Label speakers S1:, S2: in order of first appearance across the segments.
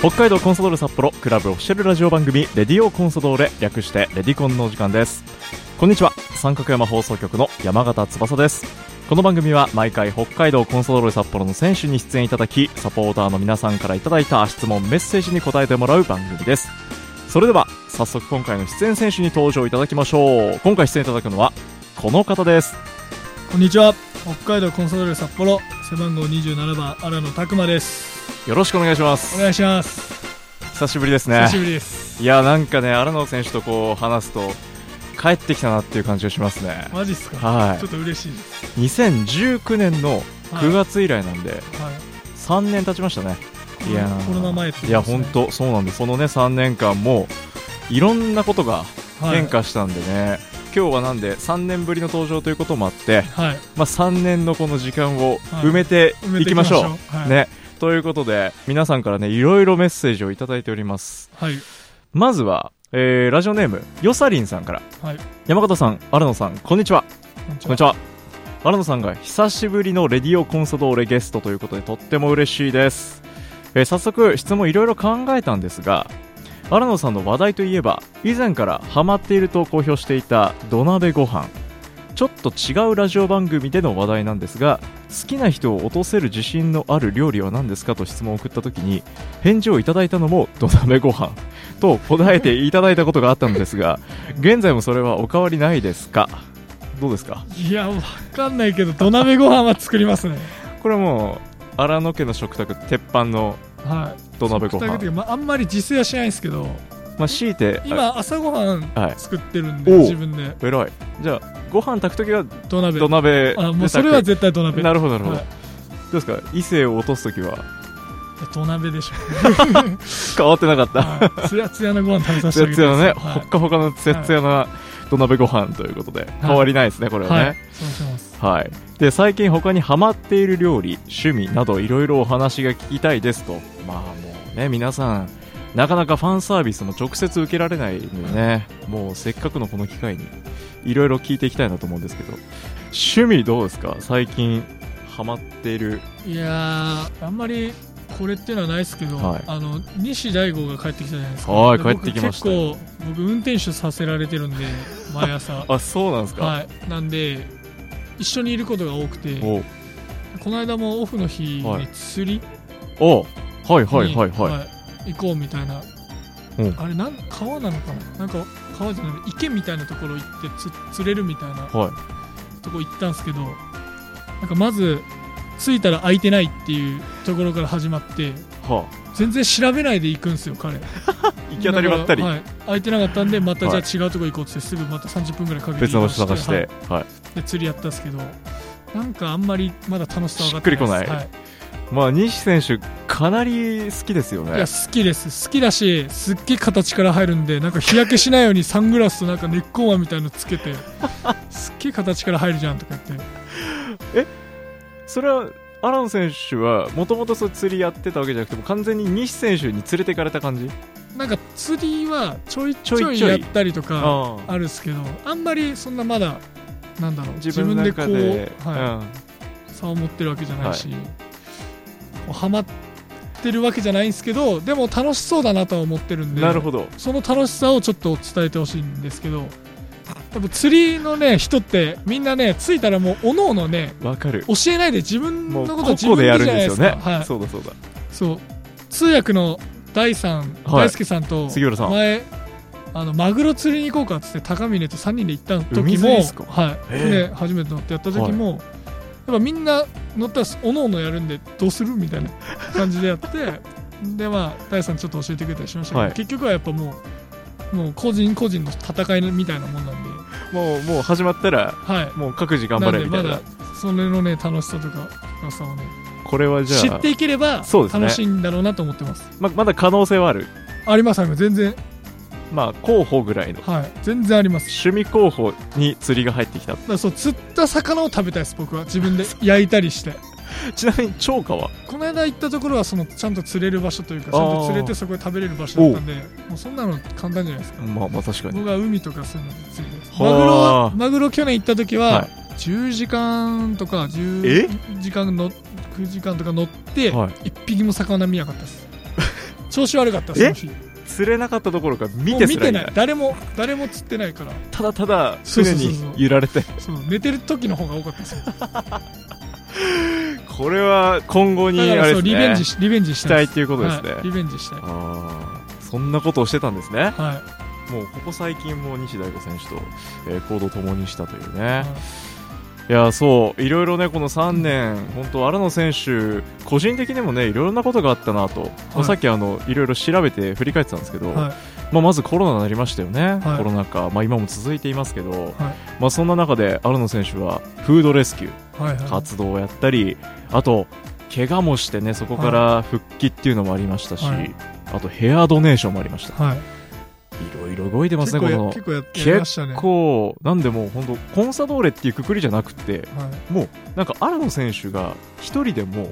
S1: 北海道コンソドーレ札幌クラブオフィシャルラジオ番組レディオコンソドーレ略してレディコンのお時間ですこんにちは三角山放送局の山形翼ですこの番組は毎回北海道コンソドーレ札幌の選手に出演いただきサポーターの皆さんからいただいた質問メッセージに答えてもらう番組ですそれでは早速今回の出演選手に登場いただきましょう今回出演いただくのはこの方です
S2: こんにちは北海道コンソドーレ札幌背番号27番荒野拓磨です
S1: よろしくお願いしま
S2: お
S1: す
S2: 願いします
S1: 久しぶりですね
S2: 久しぶりです
S1: いやなんかね荒野選手とこう話すと帰ってきたなっていう感じがしますね
S2: マジっすか
S1: は
S2: ちょっと嬉しいです
S1: い2019年の
S2: はい
S1: 9月以来なんで
S2: はい
S1: 3年経ちましたねいやー
S2: コロナ前ってこ
S1: い
S2: と
S1: や
S2: ですね
S1: 本当そうなんですそのね3年間もいろんなことが
S2: はい
S1: 変化したんでね、今日はなんで3年ぶりの登場ということもあって、
S2: はい
S1: まあ、3年のこの時間を埋めて
S2: 埋め
S1: い
S2: て
S1: きましょう、
S2: はい
S1: ねということで皆さんからねいろいろメッセージをいただいております
S2: はい
S1: まずは、えーラジオネームよさりんさんから
S2: はい
S1: 山形さん荒野さんこんにちは
S2: こんにち
S1: こんにちは荒野さんが久しぶりのレディオコンソドーレゲストということでとっても嬉しいです、えー早速質問いろいろ考えたんですが荒野さんの話題といえば以前からハマっていると公表していた土鍋ご飯ちょっと違うラジオ番組での話題なんですが好きな人を落とせる自信のある料理は何ですかと質問を送った時に返事をいただいたのも土鍋ご飯と答えていただいたことがあったのですが現在もそれはお変わりないですかどうですか
S2: いやわかんないけど土鍋ご飯は作りますね
S1: これはもう荒野家の食卓鉄板の
S2: はい
S1: 土鍋ご
S2: 食卓的
S1: 飯
S2: にまああんまり自炊はしないんですけど
S1: まあ強いてあ
S2: 今朝ごはん
S1: はい
S2: 作ってるんで
S1: おう
S2: 自分で
S1: 偉いじゃあご飯炊く時は
S2: 土鍋
S1: 土鍋
S2: あもうそれは
S1: で
S2: 絶対土
S1: 炊
S2: 鍋
S1: くなるほどなるほど、
S2: はい
S1: どうですか異性を落とす時はい
S2: や土鍋でしょ
S1: 変わってなかった
S2: はいつやつやのご飯食べさ
S1: ツ
S2: せてあ
S1: ヤ
S2: げて
S1: ツ
S2: く
S1: ヤ
S2: だ
S1: の
S2: さ
S1: ね、
S2: いはい
S1: ほっかほかのツヤツヤな土鍋ご飯ということで、変わりないですねこれはね、
S2: はい、そうします。
S1: はい、で最近他にハマっている料理趣味などいろいろお話が聞きたいですとまあもうね皆さんなかなかファンサービスも直接受けられないのでねもうせっかくのこの機会にいろいろ聞いていきたいなと思うんですけど趣味どうですか最近ハマっている
S2: いやー、あんまりこれっていうのはないですけど、
S1: はい
S2: あの西大吾が帰ってきたじゃないですか。
S1: はい
S2: で
S1: 帰っ
S2: 僕
S1: てきましたよ
S2: 結構、僕、運転手させられてるんで、 毎朝。
S1: あそうなんですか、
S2: はい、なんで、一緒にいることが多くて、
S1: お
S2: この間もオフの日
S1: はい
S2: に釣りに、
S1: おはいはいはいはい、
S2: い行こうみたいな
S1: うん。
S2: あれなん、川なのかななんか川じゃない池みたいなところ行ってつ釣れるみたいな
S1: はい
S2: とこ行ったんですけどなんかまず着いたら空いてないっていうところから始まって
S1: は
S2: 全然調べないで行くんですよ彼
S1: あ、行き当たりばったり、
S2: だからはい、空いてなかったんでまた
S1: はい
S2: じゃあ違うとこ行こうってすぐまた30分ぐらいかけて
S1: 別の場所探し
S2: 移動
S1: て、はい
S2: はいで釣りやったんですけどなんかあんまりまだ楽しさ分か
S1: しっ
S2: って
S1: くりこないまあ西選手かなり好きですよ
S2: い
S1: ね
S2: はい、いや好きです好きだしすっげえ形から入るんでなんか日焼けしないようにサングラスとなんか根っこ馬みたいのつ けてすっげえ形から入るじゃんとか言って
S1: それはアラン選手はもともとそう釣りやってたわけじゃなくてもう完全に西選手に連れてかれた感じ
S2: なんか釣りはちょいち
S1: ちょ
S2: ょ
S1: い
S2: い
S1: ちょい
S2: やったりとか
S1: あ
S2: あるっすけどあんまりそんなまだなんだろう自
S1: 自
S2: 分
S1: 分の
S2: でこ
S1: 中
S2: う、
S1: で
S2: は
S1: う
S2: い、差を持ってるわけじゃないし、こうハマってるわけじゃないんですけどでも楽しそうだなとは思ってるん
S1: ん
S2: で
S1: なるほど
S2: その楽しさをちょっと伝えてほしいんですけど多分釣りのね人ってみんなね着いたらもうおのおのね
S1: わかる
S2: 教えないで自分
S1: も
S2: の
S1: う
S2: こと
S1: 個
S2: は自
S1: 々で
S2: 分で
S1: や
S2: じ
S1: る
S2: ゃ
S1: ん
S2: ない
S1: で
S2: ですす
S1: よ
S2: か
S1: ね、
S2: はい、
S1: そうだそうだ
S2: そう通訳の大さん、
S1: はい
S2: 大輔さんと
S1: 杉浦さん
S2: 前あのマグロ釣りに行こうかっつって高峰と3人で行った
S1: 海
S2: 時
S1: 釣り
S2: も
S1: っすか
S2: はい、
S1: へえ
S2: 船初めて乗ってやった時も、やっぱみんな乗ったらおのおのやるんでどうする みたいな感じでやってでまあ大さんちょっと教えてくれたりしましたけど、
S1: はい
S2: 結局はやっぱもうもう個人個人の戦いみたいなもんなんで、
S1: もうもう始まったら
S2: はい、
S1: もう各自頑張れ
S2: ん
S1: み
S2: で
S1: た
S2: ま
S1: いな
S2: だそれのね楽しさとか深さをね
S1: これはじ
S2: 知
S1: ゃあ
S2: っていければ
S1: そうですね
S2: 楽しいんだろうなと思ってます。
S1: ままだ可能性はある
S2: ありますあります全然
S1: まあ候補ぐらいの
S2: はい全然あります
S1: 趣味候補に釣りが入ってきた
S2: だからそう釣った魚を食べたいです僕は自分で焼いたりして
S1: ちなみに釣果は
S2: この間行ったところはそのちゃんと釣れる場所というかちゃんと釣れてそこで食べれる場所だったんでもうそんなの簡単じゃないですか
S1: まあまあ確かに
S2: 僕は海とかそういうので釣りですマグロ
S1: はあ
S2: はマグロ去年行った時
S1: は
S2: はい10時間とか10時間の9時間とか乗って
S1: はい
S2: 1匹も魚見なかったです調子悪かったその日
S1: 釣れなかったどころか見
S2: も
S1: て
S2: う
S1: す
S2: 見
S1: ら
S2: て
S1: い
S2: な
S1: ない
S2: い誰も誰も釣ってないから
S1: ただただ
S2: そうそ
S1: 船
S2: うそうそう
S1: に揺られて
S2: その寝てる時の方が多かったですよだか
S1: これは今後にあ
S2: ら
S1: れ
S2: そ
S1: で
S2: う
S1: すね
S2: リベンジしリベンジし
S1: した
S2: た
S1: い
S2: い
S1: っていうことですね、
S2: はいリベンジしたい
S1: あーそんなことをしてたんですね
S2: はい
S1: もうここ最近も西大吾選手と、えー行動を共にしたというね、
S2: はい
S1: いやそういろいろねこの3年、本当、荒野選手、個人的にもねいろいろなことがあったなと、まあさっきあのいろいろ調べて振り返ってたんですけど、
S2: はい
S1: まあ、まずコロナになりましたよね、
S2: はい
S1: コロナ禍、まあ、今も続いていますけど、
S2: は
S1: まあ、そんな中で荒野選手はフードレスキュー
S2: はいはい
S1: 活動をやったり、あと、怪我もしてねそこから復帰っていうのもありましたし、
S2: はい
S1: あとヘアドネーションもありました、
S2: はい
S1: いろいろ動いてます
S2: 結
S1: ね、こ
S2: 構や
S1: の
S2: 結構ややりましたね
S1: 結構、なんでもう本当、コンサドーレっていうくくりじゃなくて、
S2: はい
S1: もうなんか新野選手が一人でも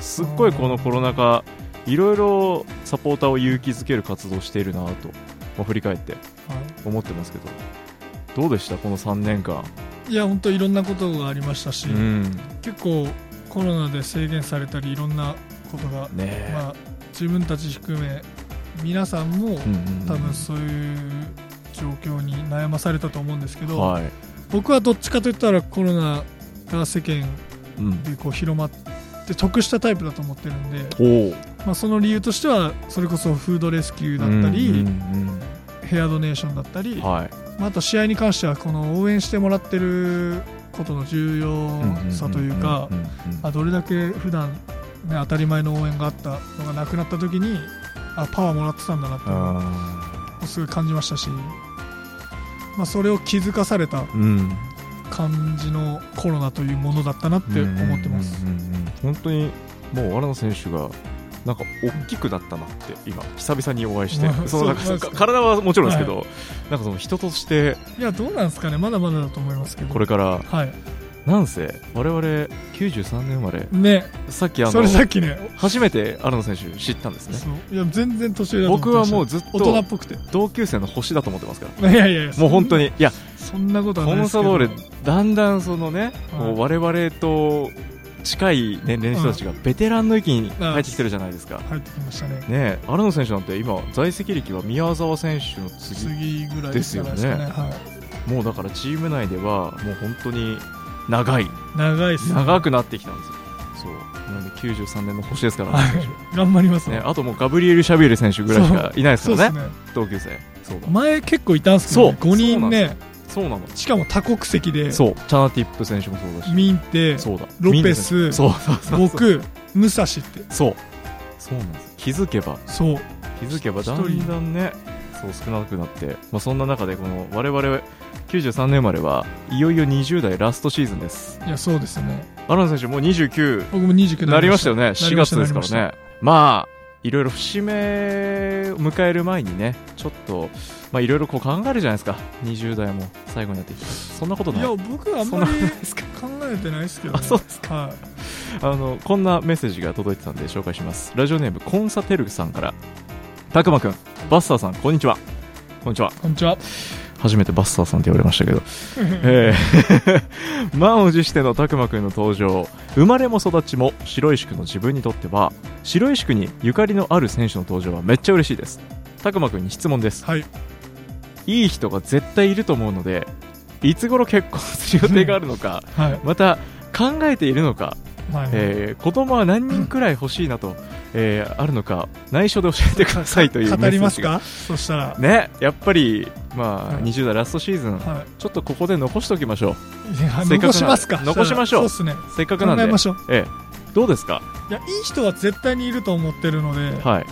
S1: すっごいこのコロナ禍いろいろサポーターを勇気づける活動をしているなと、まあ振り返って
S2: はい
S1: 思ってますけどどうでしたこの3年間
S2: いや本当いろんなことがありましたし、
S1: ん
S2: 結構コロナで制限されたりいろんなことが、
S1: ねえ、
S2: まあ、自分たち含め皆さんも
S1: うんうんうん
S2: 多分そういう状況に悩まされたと思うんですけど、
S1: はい、
S2: 僕はどっちかといったらコロナが世間
S1: うん、
S2: でこう広まって得したタイプだと思ってるんで、
S1: おお
S2: まあ、その理由としてはそれこそフードレスキューだったり、ヘアドネーションだった
S1: は
S2: り、
S1: い
S2: まあ、あと試合に関してはこの応援してもらってることの重要さというか
S1: んんんうん
S2: あどれだけ普段ね当たり前の応援があったのがなくなった時にあパワーもらってたんだなっていうの
S1: あ
S2: をすごい感じましたし、まあ、それを気づかされた
S1: ーうん
S2: 感じのコロナというものだったなって思ってます。
S1: うんうんうんうん本当にもう荒野選手がなんか大きくなったなって今久々にお会いして、
S2: まあ
S1: そのなんか
S2: そう
S1: か
S2: まあ
S1: 体はもちろんですけど、なんかその人として
S2: いやどうなんですかねまだまだだと思いますけど
S1: これから
S2: はい
S1: なんせ我々93年生まれ
S2: ね
S1: さっきあ
S2: そ
S1: の
S2: れさっきね
S1: 初めて荒野選手知ったんですね
S2: そういや全然年上だと思って
S1: 僕はもう
S2: う
S1: ずっ
S2: 大人
S1: と
S2: っぽくてい
S1: 同級生の星だと思ってますから
S2: やいやいや
S1: もう本当にいや
S2: そんなことは
S1: コ
S2: ないで
S1: ン
S2: すけ
S1: サ
S2: ど
S1: ドーレだんだんそのね、
S2: はい
S1: もう我々と近い年齢の人たちがベテランの域に入ってきてるじゃないですか、
S2: 入ってきましたね
S1: ねえ、荒野選手なんて今、在籍歴は宮沢選手の次、
S2: 次ぐらいじゃない
S1: で
S2: ですかね
S1: すよ
S2: は
S1: もうだからチーム内では、もう本当に長い、
S2: い、長いっすね
S1: 長くなってきたんですよ、そう、なんで93年の星ですから、
S2: は
S1: ね
S2: い頑張ります
S1: ね、あともうガブリエル・シャビエル選手ぐらいしかいないです
S2: そう
S1: か
S2: で
S1: ら
S2: す
S1: ね、
S2: ね
S1: 同級生、そうだ、
S2: 前結構いたんですけど、ね、
S1: そう
S2: 5人
S1: そうな
S2: ね
S1: そうなの、
S2: しかも多国籍で
S1: そう、チャナティップ選手もそうだし、
S2: ミンテ
S1: そうだ、
S2: ロペス
S1: ミンネ選手そうそうそう、
S2: 僕武蔵って
S1: そう、そうなんです、気づけば、
S2: そう
S1: 気づけば
S2: 一
S1: だ
S2: 人
S1: んだんねそう少なくなって、まあ、そんな中でこの我々93年生まれはいよいよ20代ラストシーズンです
S2: いやそうですね
S1: 荒野選手もう29
S2: 僕も29
S1: なりましたよね
S2: した
S1: 4月ですか
S2: な
S1: らねまあいろいろ節目を迎える前にねちょっとまあいろいろこう考えるじゃないですか20代も最後にやっていきたいそんなこと
S2: い
S1: ない
S2: や僕はあん
S1: そん
S2: ま
S1: な
S2: り
S1: ことないですか
S2: 考えてないですけど、ね、
S1: あそう
S2: ですか、はい、
S1: あのこんなメッセージが届いてたんで紹介しますラジオネームコンサテルさんからたくまくんバッサーさんこんにちはこんにちは
S2: こんにちは
S1: 初めてバッサーさんって言われましたけどえー 満を持してのたくまくんの登場生まれも育ちも白石区の自分にとっては白石区にゆかりのある選手の登場はめっちゃ嬉しいですたくまくんに質問です
S2: はい
S1: いい人が絶対いると思うのでいつ頃結婚する予定があるのか
S2: はい
S1: また考えているのか、
S2: はい、
S1: えー、子供は何人くらい欲しいなと、えーあるのか内緒で教えてくださいというメッセ
S2: 語
S1: ージ
S2: り
S1: が
S2: ますかそしたら、
S1: ねやっぱりまあ、
S2: はい
S1: 20代ラストシーズン
S2: は
S1: ちょっとここで残しておきましょう
S2: い、い
S1: せ
S2: や
S1: っかくなんで
S2: 残しますか
S1: 残しましょう
S2: そうですね
S1: せっかくな
S2: 考
S1: ん
S2: え
S1: で
S2: ましょう
S1: ええ、どうですか、
S2: いやいい人は絶対にいると思ってるので
S1: は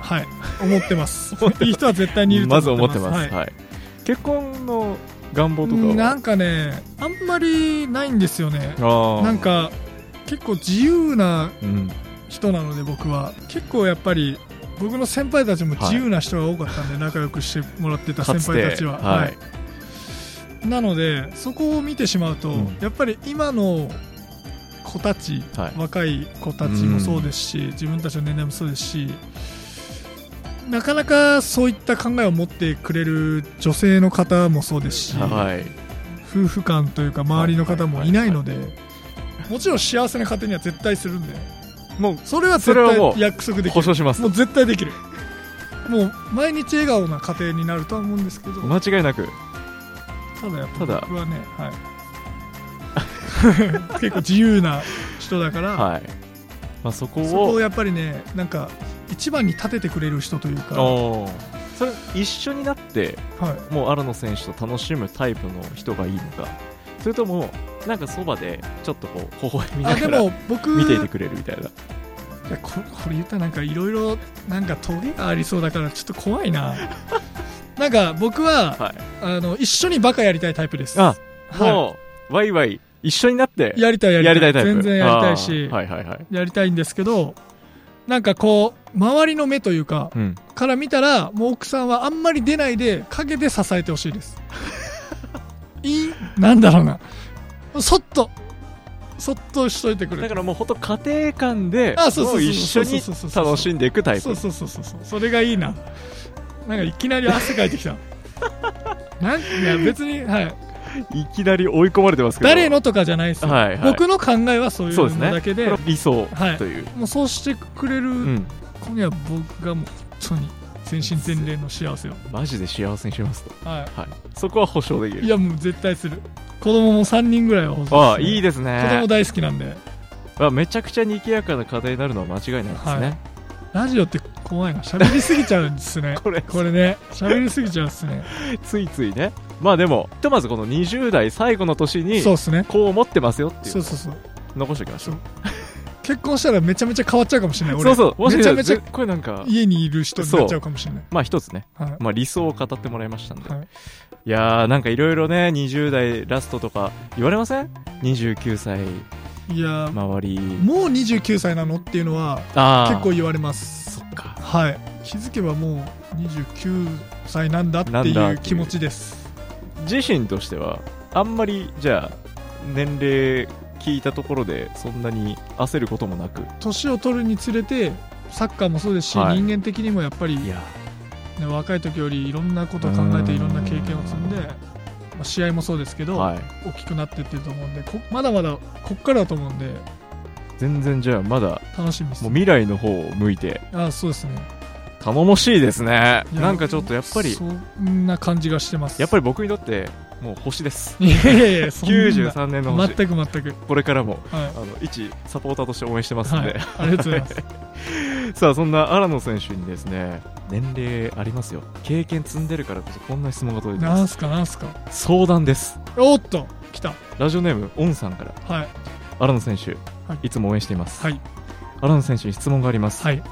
S2: はい、思って ます。いい人は絶対にい
S1: い、
S2: ると
S1: まず思ってます、
S2: は
S1: はいい結婚の願望とか
S2: うんな
S1: は
S2: んかね、あんまりないんですよね。
S1: あー
S2: なん、か、結構自由な
S1: うん、
S2: 人なので僕は。結構やっぱり、僕の先輩たちも自由な人が多かったんで、仲良くしてもらってた
S1: か
S2: 先
S1: つて
S2: 輩たちは。
S1: はい
S2: いなので、そこを見てしまうと、
S1: うん
S2: やっぱり今の子たち、
S1: はい
S2: 若い子たちもそうですし、自分たちの年代もそうですしなかなかそういった考えを持ってくれる女性の方もそうですし、
S1: はい、
S2: 夫婦間というか周りの方もいないので、
S1: はいはい
S2: もちろん幸せな家庭には絶対するんで
S1: もう
S2: それは
S1: そ
S2: 絶
S1: れはもう
S2: 対約束でき
S1: 保
S2: る
S1: 証します
S2: もう絶対できるもう毎日笑顔な家庭になるとは思うんですけど、
S1: 間違いなく
S2: ただやっぱ
S1: ただ
S2: 僕はね、はい、 結構自由な人だから、
S1: はい、まあ、そこを
S2: そこをやっぱりねなんか一番に立ててくれる人というか、は
S1: おーそれ一緒になってもう荒野選手と楽しむタイプの人がいいのかそれともなんかそばでちょっとこう微笑み
S2: い、あ
S1: な
S2: で
S1: がら
S2: も僕
S1: 見ていてくれるみたいない
S2: やここれ言ったらなんかいろいろなんかトゲがありそうだからちょっと怖い ななんか僕は、
S1: はい
S2: あの一緒にバカやりたいタイプです
S1: あ
S2: は
S1: もうワイワイ一緒になって
S2: い、やりたいやりた
S1: や
S2: い
S1: りたいタイプ
S2: 全然やりたいし、
S1: あーはいはいはい
S2: やりたいんですけどなんかこう周りの目というか
S1: うん
S2: から見たらもう奥さんはあんまり出ないで陰で支えてほしいですいいなんだろうなそっとそっとしといてくれ
S1: だからもうほんと家庭間で
S2: あそうそうそう
S1: もう一緒に
S2: そうそうそうそう
S1: 楽しんでいくタイ
S2: そ
S1: プ
S2: うそうそうそうそうそれがいいななんかいきなり汗かいてきたなんいや別に、はい、
S1: いきなり追い込まれてますけど
S2: 誰のとかじゃないですよ、
S1: はいはい
S2: 僕の考えはそういう
S1: そうです
S2: の
S1: ね
S2: だけで
S1: これ理想という、
S2: もうそうしてくれ
S1: う
S2: る
S1: ん
S2: 子には僕がもう本当に全身全霊の幸せを、
S1: マジで幸せにしますと、
S2: は
S1: はい、そこは保証でき
S2: い、
S1: る
S2: いやもう絶対する子供も3人ぐらいは欲しい
S1: ああいい
S2: で
S1: です
S2: すね子供
S1: ね
S2: 大好きなんで
S1: あめちゃくちゃ賑やかな家庭になるのは間違いないですね、
S2: はいラジオって怖いな喋りすぎちゃうんです ね
S1: これ
S2: これね喋りすぎちゃうんですね
S1: ついついねまあでもひとまずこの20代最後の年に
S2: そうっすね
S1: こう思ってますよっていう
S2: そ
S1: の
S2: う
S1: を
S2: そうそう
S1: 残しておきましょう
S2: 結婚したらめちゃめちゃ変わっちゃうかもしれない
S1: そ
S2: 俺
S1: うそうもしかし
S2: めち
S1: た
S2: ゃ
S1: ら
S2: めちゃ
S1: ぜこれなんか
S2: 家にいる人になっちゃうかもしれない、
S1: まあ一つね、
S2: はい
S1: まあ、理想を語ってもらいましたんで、
S2: はい
S1: い、やーなんかいろいろね20代ラストとか言われません ?29 歳
S2: い、やー
S1: 周り
S2: もう29歳なのっていうのは
S1: ああ
S2: 結構言われます
S1: そっか
S2: はい気づけばもう29歳なんだって
S1: なんだっていう
S2: い
S1: う
S2: 気持ちです
S1: 自身としてはあんまりじゃあ年齢聞いたところでそんなに焦ることもなく
S2: 年を取るにつれてサッカーもそうですし、
S1: はい
S2: 人間的にもやっぱり、
S1: い
S2: ね、
S1: や
S2: 若い時よりいろんなことを考え
S1: う
S2: て
S1: ん
S2: いろんな経験を積んで、まあ試合もそうですけど、
S1: はい
S2: 大きくなってってると思うんでこまだまだこっからだと思うんで
S1: 全然じゃあまだ
S2: 楽しみです
S1: もう未来の方を向いて
S2: あそうですね
S1: 頼もしいですね
S2: いや
S1: なんかちょっとやっぱり
S2: そんな感じがしてます
S1: やっぱり僕にとってもう星です
S2: いやいやいや、そんな
S1: 93年の星
S2: 全く全く。
S1: これからも
S2: はい
S1: あ。の一サポーターとして応援してますん
S2: はい
S1: で、、
S2: ありがとうございます。
S1: さあそんな荒野選手にですね年齢ありますよ経験積んでるからこそこんな質問が届いて
S2: な
S1: ま
S2: ん
S1: す
S2: すか、なんすか。
S1: 相談です
S2: おっと、来た。
S1: ラジオネームオンさんから
S2: はい。
S1: 荒野選手、、
S2: はい
S1: つも応援しています、
S2: はい。
S1: 荒野選手に質問があります、
S2: はい。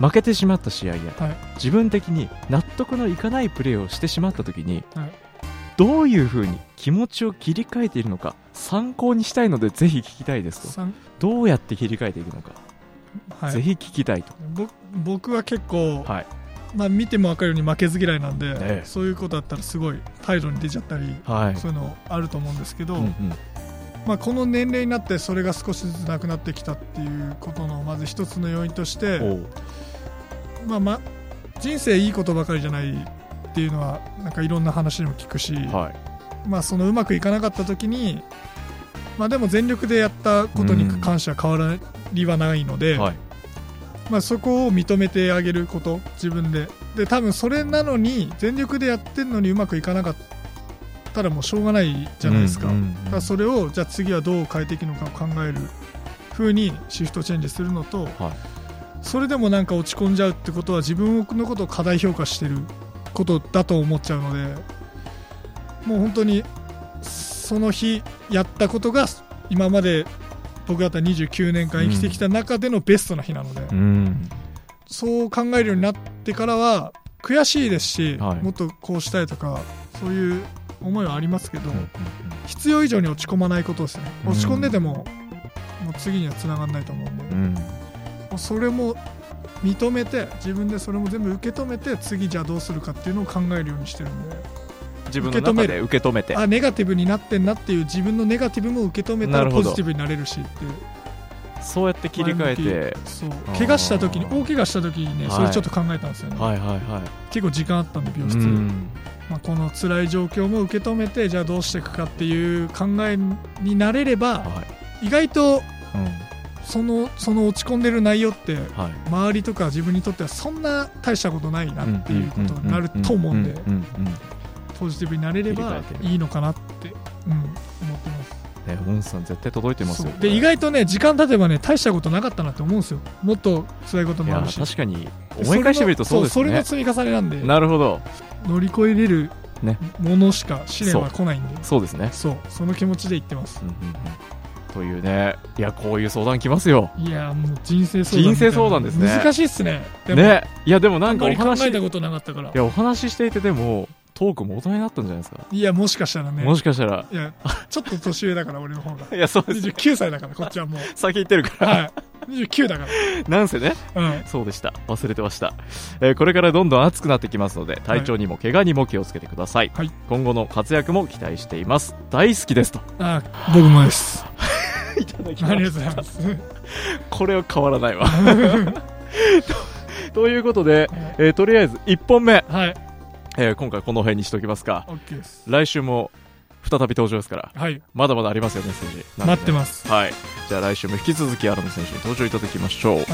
S1: 負けてしまった試合や、
S2: はい
S1: 自分的に納得のいかないプレーをしてしまった時に、
S2: はい
S1: どういうふうに気持ちを切り替えているのか参考にしたいのでぜひ聞きたいですと
S2: さん
S1: どうやって切り替えていくのか、
S2: は
S1: ぜ
S2: い。
S1: ひ聞きたいと
S2: ぼ僕は結構、
S1: はい
S2: まあ見ても分かるように負けず嫌いなんで、
S1: ええ
S2: そういうことだったらすごい態度に出ちゃったり、
S1: はい
S2: そういうのあると思うんですけど、
S1: うんうん
S2: まあ、この年齢になってそれが少しずつなくなってきたっていうことのまず一つの要因として、
S1: おう
S2: まあまあ、人生いいことばかりじゃないっていうのはなんかいろんな話にも聞くし、
S1: はい
S2: まあ、そのうまくいかなかった時に、まあ、でも全力でやったことに
S1: うん
S2: 関しては変わりはないので、
S1: はい
S2: まあ、そこを認めてあげること自分でで多分それなのに全力でやってるのにうまくいかなかったらもうしょうがないじゃないですか,、
S1: うんうんうん
S2: だからそれをじゃあ次はどう変えていくのかを考える風にシフトチェンジするのと、それでもなんか落ち込んじゃうってことは自分のことを過大評価してることだと思っちゃうのでもう本当にその日やったことが今まで僕だったら29年間生きてきた中でのベストな日なので、
S1: うん
S2: そう考えるようになってからは悔しいですし、
S1: はい
S2: もっとこうしたいとかそういう思いはありますけど、
S1: うんうん
S2: 必要以上に落ち込まないことですね
S1: うん
S2: 落ち込んでても,、もう次には繋がんないと思うんで、
S1: う
S2: も
S1: ん
S2: うそれも認めて自分でそれも全部受け止めて次じゃあどうするかっていうのを考えるようにしてるんで
S1: 自分の中で受け止めて
S2: あネガティブになってんなっていう自分のネガティブも受け止めた
S1: な
S2: ら
S1: るほ
S2: ポ
S1: ど
S2: ジティブになれるしっていう
S1: そうやって切り替えて
S2: そう
S1: あー
S2: 怪我した時に大怪我した時にね、それちょっと考えたんですよね、
S1: はいはいはい
S2: 結構時間あったんで病室、
S1: うん
S2: まあ、この辛い状況も受け止めてじゃあどうしていくかっていう考えになれれば
S1: はい
S2: 意外と
S1: うん
S2: そのその落ち込んでる内容って
S1: はい
S2: 周りとか自分にとってはそんな大したことないなっていうことになると思うんで
S1: んうんうん
S2: ポジティブになれれば
S1: 切り替えてる
S2: いいのかなって、うん、思ってます
S1: ねウォンさん絶対届いてますよ
S2: そうで意外とね時間経てばね大したことなかったなって思うんですよもっと辛いこと
S1: い
S2: もあ
S1: や
S2: るし
S1: 確かに思い返してみるとそうです
S2: れの
S1: ね
S2: そうそれの積み重ねなんで
S1: なるほど
S2: 乗り越えれる
S1: ね
S2: ものしか試練は来ないんで
S1: そうですね
S2: そうその気持ちで言ってます
S1: うんうんうんというねいやこういう相談来ますよ
S2: いやもう人生相談みたいな
S1: 人生相談ですね
S2: 難しいっすねでも
S1: ねいやでもな
S2: あん
S1: んか
S2: ま
S1: お
S2: り考
S1: 話
S2: えた
S1: い
S2: ことなかったから
S1: やお話ししていてでもトークも大人になったんじゃないですか
S2: いやもしかしたらね
S1: もしかしたら
S2: いやちょっと年上だから俺の方が
S1: いやそうです
S2: 29歳だからこっちはもう
S1: 先行ってるから
S2: はい29だか
S1: なんせね
S2: らうん
S1: そうでした忘れてました、えーこれからどんどん暑くなってきますので体調にも怪我にも気をつけてください、
S2: はい
S1: 今後の活躍も期待しています大好きですと
S2: あ僕もです
S1: いただき
S2: あ
S1: ま
S2: り
S1: す
S2: がとうございます。
S1: これは変わらないわ とということで、えーとりあえず1本目、
S2: はい、
S1: えー今回この辺にしときますか
S2: オッケーです。
S1: 来週も再び登場ですから
S2: はい、
S1: まだまだありますよメッセージ
S2: 待って
S1: ま
S2: ます。
S1: はいじゃあ来週も引き続き新野選手に登場いただきましょう、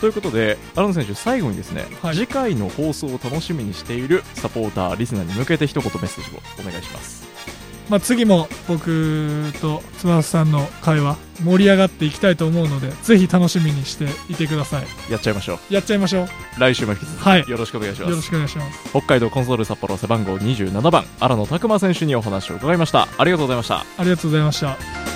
S1: ということで新野選手最後にですね、
S2: はい
S1: 次回の放送を楽しみにしているサポーターリスナーに向けて一言メッセージをお願いします
S2: まあ、次も僕と翼さんの会話盛り上がっていきたいと思うので、ぜひ楽しみにしていてください。
S1: やっちゃいましょう
S2: やっちゃいましょう。
S1: 来週も引き続
S2: はい。
S1: き
S2: よ
S1: よろしくお願いします、
S2: ろしくお願いします。
S1: 北海道コンソール札幌背番号27番荒野拓磨選手にお話を伺いましたありがとうございました
S2: ありがとうございました。